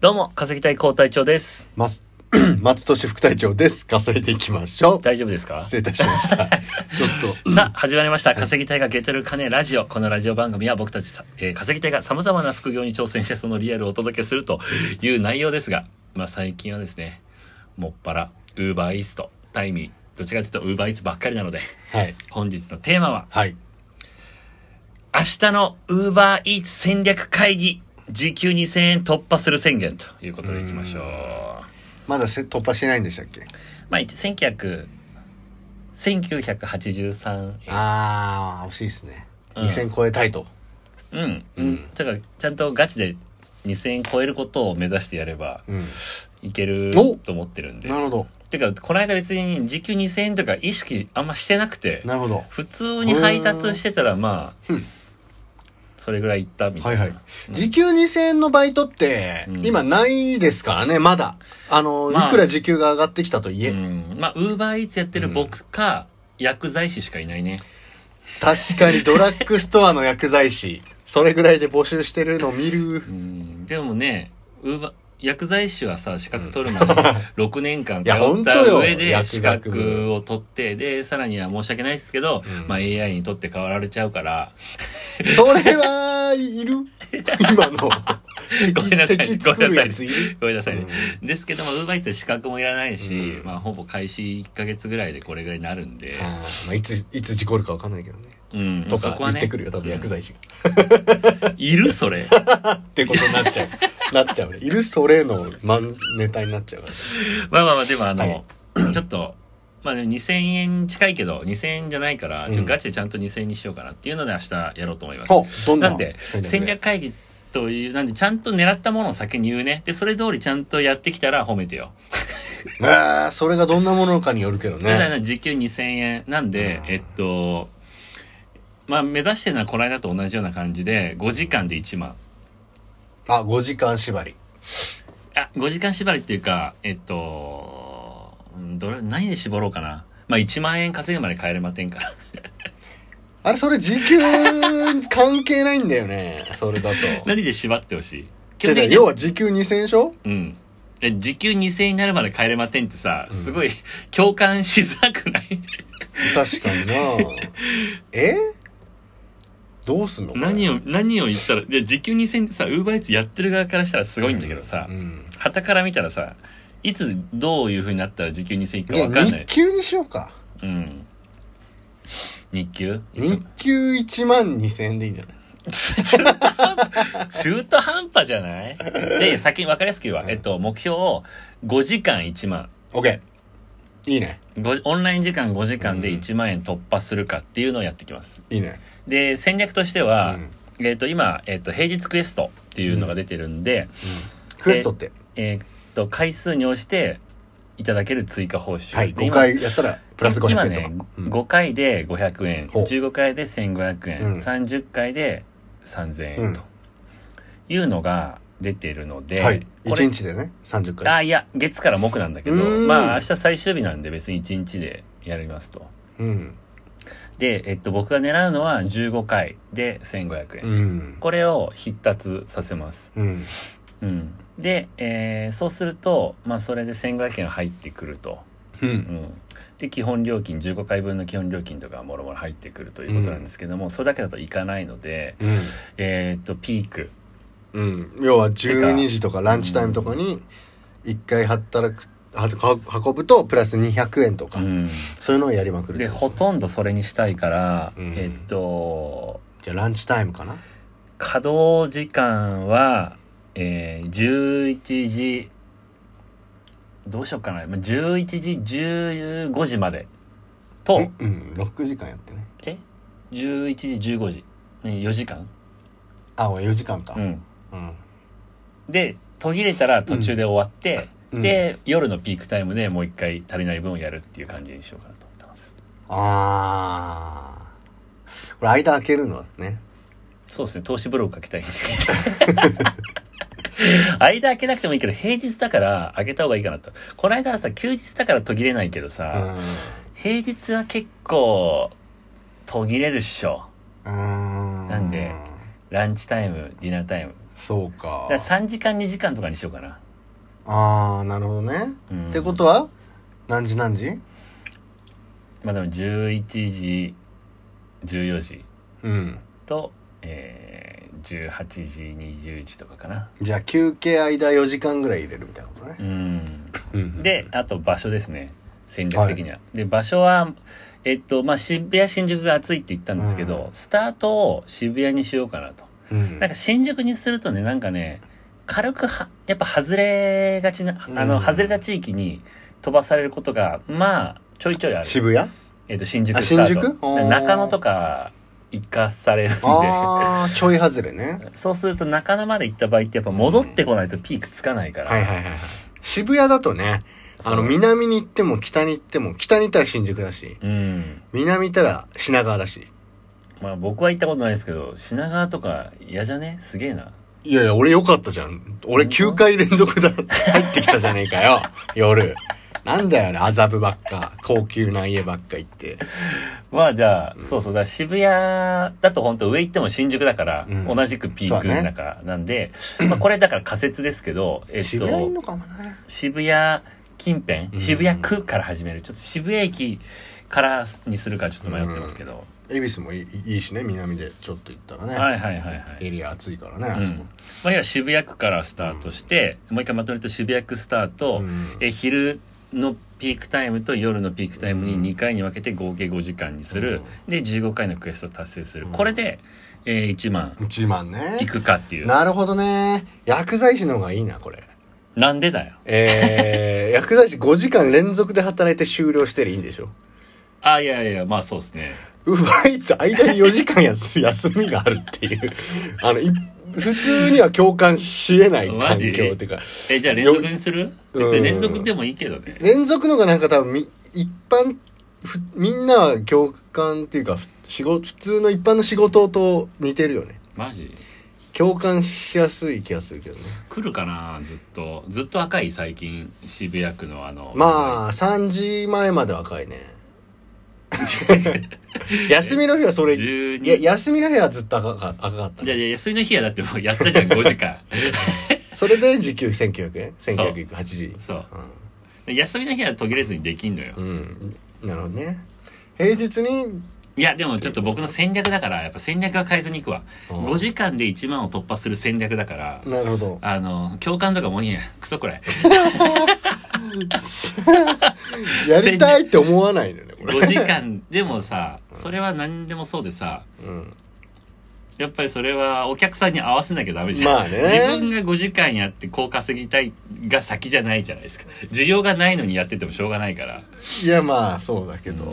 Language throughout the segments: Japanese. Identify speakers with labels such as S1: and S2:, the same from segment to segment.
S1: どうも、稼ぎたい高隊長です。
S2: ます、 松戸市副隊長です。稼いでいきましょう。
S1: 大丈夫ですか
S2: 失礼いたし ました。ちょっと。
S1: さあ、始まりました。稼ぎたいがゲットる金ラジオ。このラジオ番組は僕たちさ、えー稼ぎたいが様々な副業に挑戦してそのリアルをお届けするという内容ですが、まあ最近はですね、もっぱら、ウーバーイーツとタイミー、どっちかというとウーバーイーツばっかりなので、
S2: はい。
S1: 本日のテーマは、
S2: はい。
S1: 明日のウーバーイーツ戦略会議、時給2000円突破する宣言ということでいきましょう。
S2: うまだせ突破してないんでしたっけ
S1: まあ、1900、1983円。
S2: あー、惜しいですね。
S1: うん
S2: 2000超えたいと。
S1: うん、う
S2: うんん、
S1: だからちゃんとガチで2000円超えることを目指してやれば
S2: うん。
S1: いける
S2: お
S1: と思ってるんで
S2: なるほど。
S1: てかこの間別に時給2000円とか意識あんましてなくて
S2: なるほど。
S1: 普通に配達してたらまあ
S2: うん
S1: それぐらいいったみた
S2: はいい
S1: な、
S2: はい。時給2000円のバイトって
S1: う、ん
S2: 今ないですからね、まだ。あの、
S1: まあ
S2: いくら時給が上がってきたというえ、
S1: ん、まあウーバーイーツやってる僕か、薬剤師しかいないね
S2: 確かにドラッグストアの薬剤師、それぐらいで募集してるの見る
S1: う。んでもねウーバー薬剤師はさ資格取るま で6年間
S2: い
S1: 通
S2: や
S1: っ
S2: 本当
S1: た
S2: よ
S1: 上で
S2: 薬
S1: 資
S2: 学部
S1: 格を取ってでさらには申し訳ないですけど、
S2: うん
S1: まあ、AI にとって変わられちゃうから
S2: それは、いる今の。
S1: ごめんなさい
S2: 敵作るやついる
S1: ごめんなさいね、
S2: う
S1: ですけどもウーバーイーツは資格もいらないし、
S2: うん
S1: まあ、ほぼ開始1か月ぐらいでこれぐらいになるんで、
S2: あーまあ、いつ、いつ事故るかわかんないけどね。
S1: うん、
S2: と
S1: そ
S2: か
S1: こ
S2: 言
S1: は
S2: っ
S1: ね
S2: てくるよ、多分薬剤師が。
S1: うんいるそ れ
S2: ってことになっち ゃう。なっちゃうね。いるそれのマンネタになっちゃうから。
S1: まあまあまあでもあ
S2: は
S1: の、ちょっとまあでも2000円近いけど2000円じゃないからちょっとガチでちゃんと2000円にしようかなっていうので明日やろうと思います、
S2: ほどんな
S1: なんで戦略会議というなんでちゃんと狙ったものを先に言うねでそれ通りちゃんとやってきたら褒めてよ、
S2: ああ、それがどんなものかによるけど
S1: ただ
S2: ね。
S1: の時給2000円なんで、
S2: うん
S1: えっとまあ目指してるのはこの間と同じような感じで5時間で1万
S2: あ、5時間縛り。
S1: あ5時間縛りっていうかえっとうんどれ何で絞ろうかなまあ1万円稼ぐまで帰れませんから
S2: あれ、それ時給関係ないんだよね。それ だと。
S1: 何で縛ってほしい
S2: じゃあじゃあ要は時給2000円でしょ
S1: うん。え時給2000円になるまで帰れませんってさ、すごい 共感しづらくない
S2: 確か になえどうすんのこれ
S1: 何を、何を言ったら、で、時給2000円ってさ、ウーバーイーツやってる側からしたらすごいんだけどさ
S2: う、ん。
S1: 旗から見たらさ、いつどういう風になったら時給2000円か
S2: じゃあ
S1: わかんな
S2: 日
S1: い。
S2: 給にしようか。
S1: うん。日給
S2: 日給1万2000円でいいんじゃない
S1: 中途半端、中途半端じゃないで、先に分かりやすく言うわ。えっと、目標を5時間1万。
S2: ?OK。いいね。
S1: ごオンライン時間5時間で1万円突破するかっていうのをやってきます。
S2: いいね。
S1: で、戦略として
S2: う
S1: は、
S2: ん。
S1: えっ、と、今、えっ、と、平日クエストっていうのが出てるんで、
S2: クエストって。
S1: えっ、と、回数に応じていただける追加報酬。
S2: はい、
S1: で
S2: 5
S1: 今
S2: 回やったらプラス500円と
S1: 今
S2: か。
S1: ね、
S2: うん
S1: 5回で500円、
S2: ほう
S1: 15回で1500円、
S2: うん
S1: 30回で3000
S2: う
S1: 円
S2: ん
S1: というのが出てるので、
S2: はい、
S1: これ
S2: 1日でね30回。
S1: あいや月から木なんだけど
S2: うーん
S1: まあ明日最終日なんで別に1日でやりますと
S2: うん。
S1: で、えっと、僕が狙うのは15回で1500円、
S2: うん。
S1: これを必達させます
S2: うん。
S1: うん、で、えーそうすると、まあ、それで1500円入ってくると、
S2: う。
S1: うんん、で基本料金15回分の基本料金とかもろもろ入ってくるということなんですけども、それだけだといかないので、えーっとピーク
S2: うん。要は12時とかランチタイムとかに1回働く、は運ぶとプラス200円とか、
S1: うん
S2: そういうのをやりまくる。
S1: でほとんどそれにしたいから、
S2: うん
S1: えーっと
S2: じゃあランチタイムかな
S1: 稼働時間は、えー11時どうしようかなまあ11時15時までと、
S2: うん、うん、6時間やってね。
S1: え11時15時、ね、4時間
S2: あ、4時間か。
S1: うん
S2: うん。
S1: で途切れたら途中で終わって、
S2: うん、
S1: で夜のピークタイムでもう一回足りない分をやるっていう感じにしようかなと思ってます
S2: あー。これ間開けるのはね。
S1: そうですね投資ブログ書きたいんで間開けなくてもいいけど平日だから開けた方がいいかなとこの間はさ休日だから途切れないけど
S2: う
S1: さ、
S2: ん。
S1: 平日は結構途切れるっしょ
S2: うん。
S1: なんでランチタイムディナータイム
S2: そうか
S1: だから3時間2時間とかにしようかな、
S2: ああなるほどね、
S1: うん
S2: ってことは何時何時
S1: まあでも11時14時
S2: うん
S1: と、えー、18時20時とかかな
S2: じゃあ休憩間4時間ぐらい入れるみたいなことね
S1: う、ん
S2: うん
S1: であと場所ですね戦略的には、で場所はえっとまあ渋谷新宿が暑いって言ったんですけど、
S2: う
S1: スタートを渋谷にしようかなと
S2: うん
S1: なんか新宿にするとねなんかね軽くはやっぱ外れがちなあ
S2: う
S1: の
S2: ん
S1: 外れた地域に飛ばされることがまあちょいちょいある、
S2: 渋谷
S1: えっと新宿
S2: あ
S1: スタート
S2: 新宿あー
S1: 中野とか行かされるんで
S2: ああちょい外 れね
S1: そうすると中野まで行った場合ってやっぱ戻ってこないとピークつかないから、
S2: はいはい渋谷だとねあの
S1: そう
S2: 南に行っても北に行っても北に行ったら新宿だし
S1: うん
S2: 南行ったら品川だし
S1: まあ僕は行ったことないですけど品川とか嫌じゃねすげえない
S2: やいや俺よかったじゃん俺9回連続 だ入ってきたじゃねえかよ夜なんだよね麻布ばっか高級な家ばっか行って
S1: まあじゃあ、そうそうだから渋谷だと本当上行っても新宿だから、
S2: うん
S1: 同じくピーク
S2: そうだ
S1: の
S2: ね
S1: 中なんで、まあ、これだから仮説ですけど、えっ
S2: 渋谷い
S1: と、
S2: んのかもね
S1: 渋谷近
S2: う
S1: 辺
S2: ん
S1: 渋谷区から始めるちょっと渋谷駅からにするかちょっと迷ってますけど、
S2: 恵比寿もいいいいしね南でちょっと行ったらね、
S1: はいはいはいはい
S2: エリア暑いからね、
S1: う
S2: あそ
S1: ん
S2: こ
S1: まあ、要は渋谷区からスタートして、もう一回まとめると渋谷区スタート、
S2: うん
S1: え昼のピークタイムと夜のピークタイム
S2: うん
S1: に2回に分けて合計5時間にする、で15回のクエストを達成する、
S2: うん
S1: これで、えー1万
S2: 1万ね
S1: いくかっていうな
S2: なるほどね薬剤師の方がいいなこれ
S1: んでだよ
S2: えー、 薬剤師5時間連続で働いて終了してりいいんでしょ
S1: あいやいやいやまあそうですね
S2: うわいつ間に4時間やす休みがあるって いうあのい普通には共感しえない環境っていうか
S1: えじゃあ連続にする
S2: うん
S1: 別に連続でもいいけどね
S2: 連続のがなんか多分み一般ふみんなは共感っていうかふ仕事普通の一般の仕事と似てるよね
S1: マジ
S2: 共感しやすい気がするけどね
S1: 来るかなずっとずっと赤い最近渋谷区のあの
S2: まあ3時前までは赤い ね休みの日はそれい
S1: 12
S2: や休みの日はずっと赤か赤かった
S1: いやいや休みの日はだってもうやったじゃん5時間
S2: それで時給1900円1980円
S1: そう
S2: う
S1: で
S2: ん
S1: 休みの日は途切れずにできんのよ、
S2: うん、なるほどね平日に
S1: いやでもちょっと僕の戦略だからやっぱ戦略は変えずにいくわ
S2: うん
S1: 5時間で1万を突破する戦略だから
S2: なるほど
S1: あの共感とかもういいや クソくらい
S2: やりたいって思わないのねこれ、
S1: 5時間でもさそれは何でもそうでさ
S2: うん、
S1: やっぱりそれはお客さんに合わせなきゃダメじゃん、
S2: まあね
S1: 自分が5時間やってこう稼ぎたいが先じゃないじゃないですか需要がないのにやっててもしょうがないから
S2: いやまあそうだけ
S1: うん
S2: ど、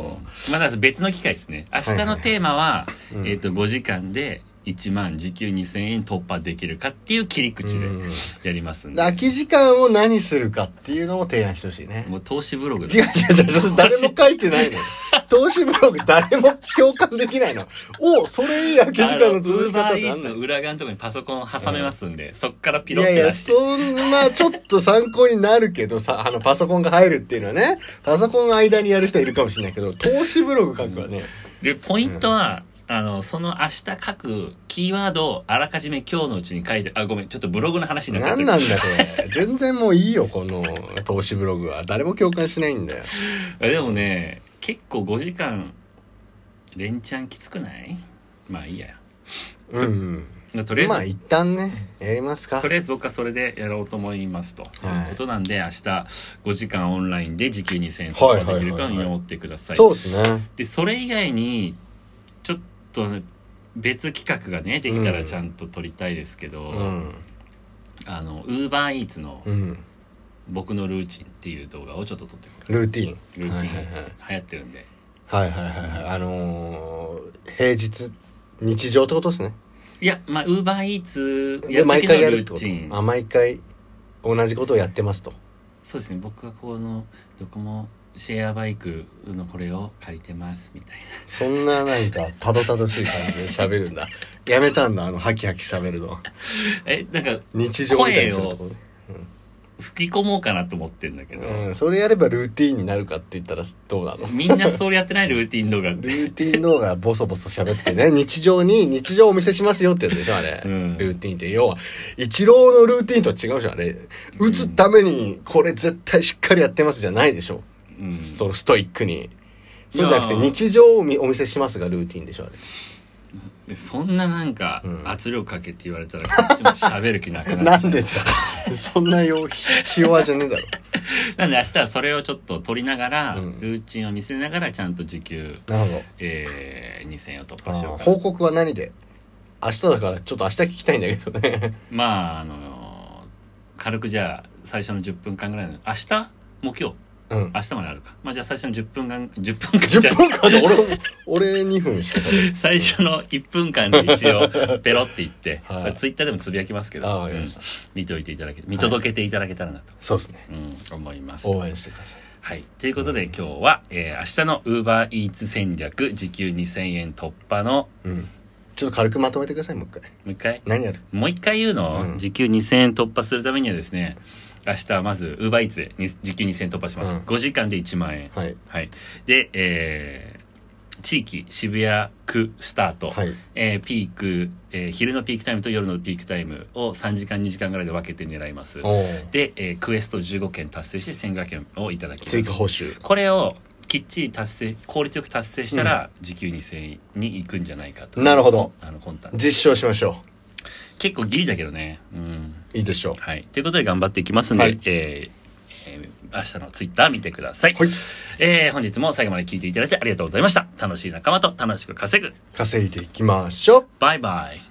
S1: まあだから別の機会ですね明日のテーマは、
S2: うん
S1: えっと5時間で1万時給2000円突破できるかっていう切り口で
S2: うん
S1: やりますんで、
S2: 空き時間を何するかっていうのを提案してほしいね
S1: もう投資ブログ
S2: 違う違う違うそれ誰も書いて ないのよ投資ブログ誰も共感できないのおそれいい空き時間の
S1: ウ
S2: 潰
S1: ー
S2: し
S1: バ
S2: 方
S1: ー
S2: って
S1: イ
S2: な
S1: ー
S2: ん
S1: ツ
S2: な
S1: の
S2: の
S1: 裏側のところにパソコンを挟めますんで、そっからピ
S2: い
S1: ロっ
S2: やい
S1: て出
S2: や、
S1: して
S2: そんな、ちょっと参考になるけどさ、あの、パソコンが入るっていうのはね、パソコンの間にやる人いるかもしれないけど、投資ブログ書くはね、
S1: でポイントは、あのその明日書くキーワードをあらかじめ今日のうちに書いてあごめんちょっとブログの話になっちゃっ
S2: 何
S1: た
S2: なんだこれ。全然もういいよ、この投資ブログは。誰も共感しないんだよ。
S1: えでもね結構5時間連チャンきつくないまあいいや
S2: うん、
S1: でと
S2: う
S1: りあえ
S2: ん。
S1: ず、
S2: まあ、一旦ね、やりますか
S1: と。りあえず僕はそれでやろうと思いますと、
S2: はい
S1: いうことなんで明日5時間オンラインで時給2000円
S2: はい
S1: 突破できるか
S2: はいはいはい
S1: 見守ってください,、
S2: そうですね。
S1: でそれ以外にちょっと別企画がねできたらちゃんと撮りたいですけど、
S2: うん。
S1: あのウーバーイーツの
S2: うん。
S1: 僕のルーチンっていう動画をちょっと撮ってくる
S2: ルーティーン。
S1: ルーティン、
S2: はいはいはい
S1: 流行ってるんで
S2: はいはいはいはい。あのー、平日、日常ってことですね。
S1: いやまあウーバーイーツ
S2: で、毎回やるって
S1: ルー
S2: こと
S1: チン。
S2: あ、毎回、同じことをやってますと。
S1: そうですね僕はこのドコモシェアバイクのこれを借りてますみたいな
S2: そんななんか、たどたどしい感じで喋るんだ。やめたんだ、あの、ハキハキ喋るの。
S1: えなんか
S2: 日常みたいにするとこね。
S1: 吹き込もうかなと思ってんだけど、
S2: うん、それやればルーティーンになるかって言ったらどうなの
S1: みんなそれやってないルーティン動画っ
S2: ル
S1: て。
S2: ーティン動画ボソボソ喋ってね、日常に、日常をお見せしますよってやつでしょ、あれ。
S1: うん
S2: ルーティンって。要は、一郎のルーティンと違うじゃん、あれ。打つために、これ絶対しっかりやってますじゃないでしょ。
S1: うん
S2: そのストイックに。そうじゃなくて、
S1: いやー
S2: 日常をみお見せしますがルーティンでしょ、あれ。
S1: そんななんか
S2: うん
S1: 圧力かけって言われたらこっちも喋る気なくな
S2: な
S1: っちゃ
S2: ん
S1: う
S2: でだそんなよ、ひひ弱じゃねえだろ。
S1: なんで明日はそれをちょっと取りながら、
S2: うん
S1: ルーチンを見せながらちゃんと時給、
S2: なるほど。
S1: えー、2000円を突破しよ
S2: あ
S1: う
S2: ー
S1: かな
S2: 報告は何で明日だから、ちょっと明日聞きたいんだけどね。
S1: まああの軽くじゃあ最初の10分間ぐらいの明日もう今日
S2: うん。
S1: 明日まであるかまあじゃあ最初の10分間10分間じゃ
S2: 10
S1: ない
S2: 分間で俺、俺2分しか喋れない
S1: 最初の1分間で一応ペロって言って、
S2: はい
S1: ツイッターでもつぶやきますけど、
S2: あわかりました
S1: うん見といていただけ見届けていただけたらなと、
S2: そうですね。
S1: うん、思います
S2: 応援してください。
S1: はい。ということで今日は、えー明日の UberEats 戦略時給2000円突破の、
S2: うん。ちょっと軽くまとめてください、もう一回。
S1: もう一回
S2: 何やる
S1: もう一回言うの、
S2: うん
S1: 時給2000円突破するためにはですね、明日はまず UberEats でに時給2000円突破します。
S2: うん
S1: 5時間で1万円。
S2: はい。
S1: はい。で、えー地域渋谷区スタート。
S2: はい。
S1: えーピーク、えー昼のピークタイムと夜のピークタイムを3時間2時間ぐらいで分けて狙います。
S2: おー
S1: で、えークエスト15件達成して1500件をいただきます。
S2: 追加報酬。
S1: これをきっちり達成効率よく達成したら時給2000円に行くんじゃないかと
S2: なるほど
S1: あの魂胆
S2: 実証しましょ
S1: 結構ギリだけどねうん
S2: う。いいでしょう。
S1: はいということで頑張っていきますんで、
S2: はい
S1: えーえー明日のツイッター見てください、
S2: はい。
S1: えー本日も最後まで聞いていただいてありがとうございました楽しい仲間と楽しく稼ぐ
S2: 稼いでいきましょう。
S1: バイバイ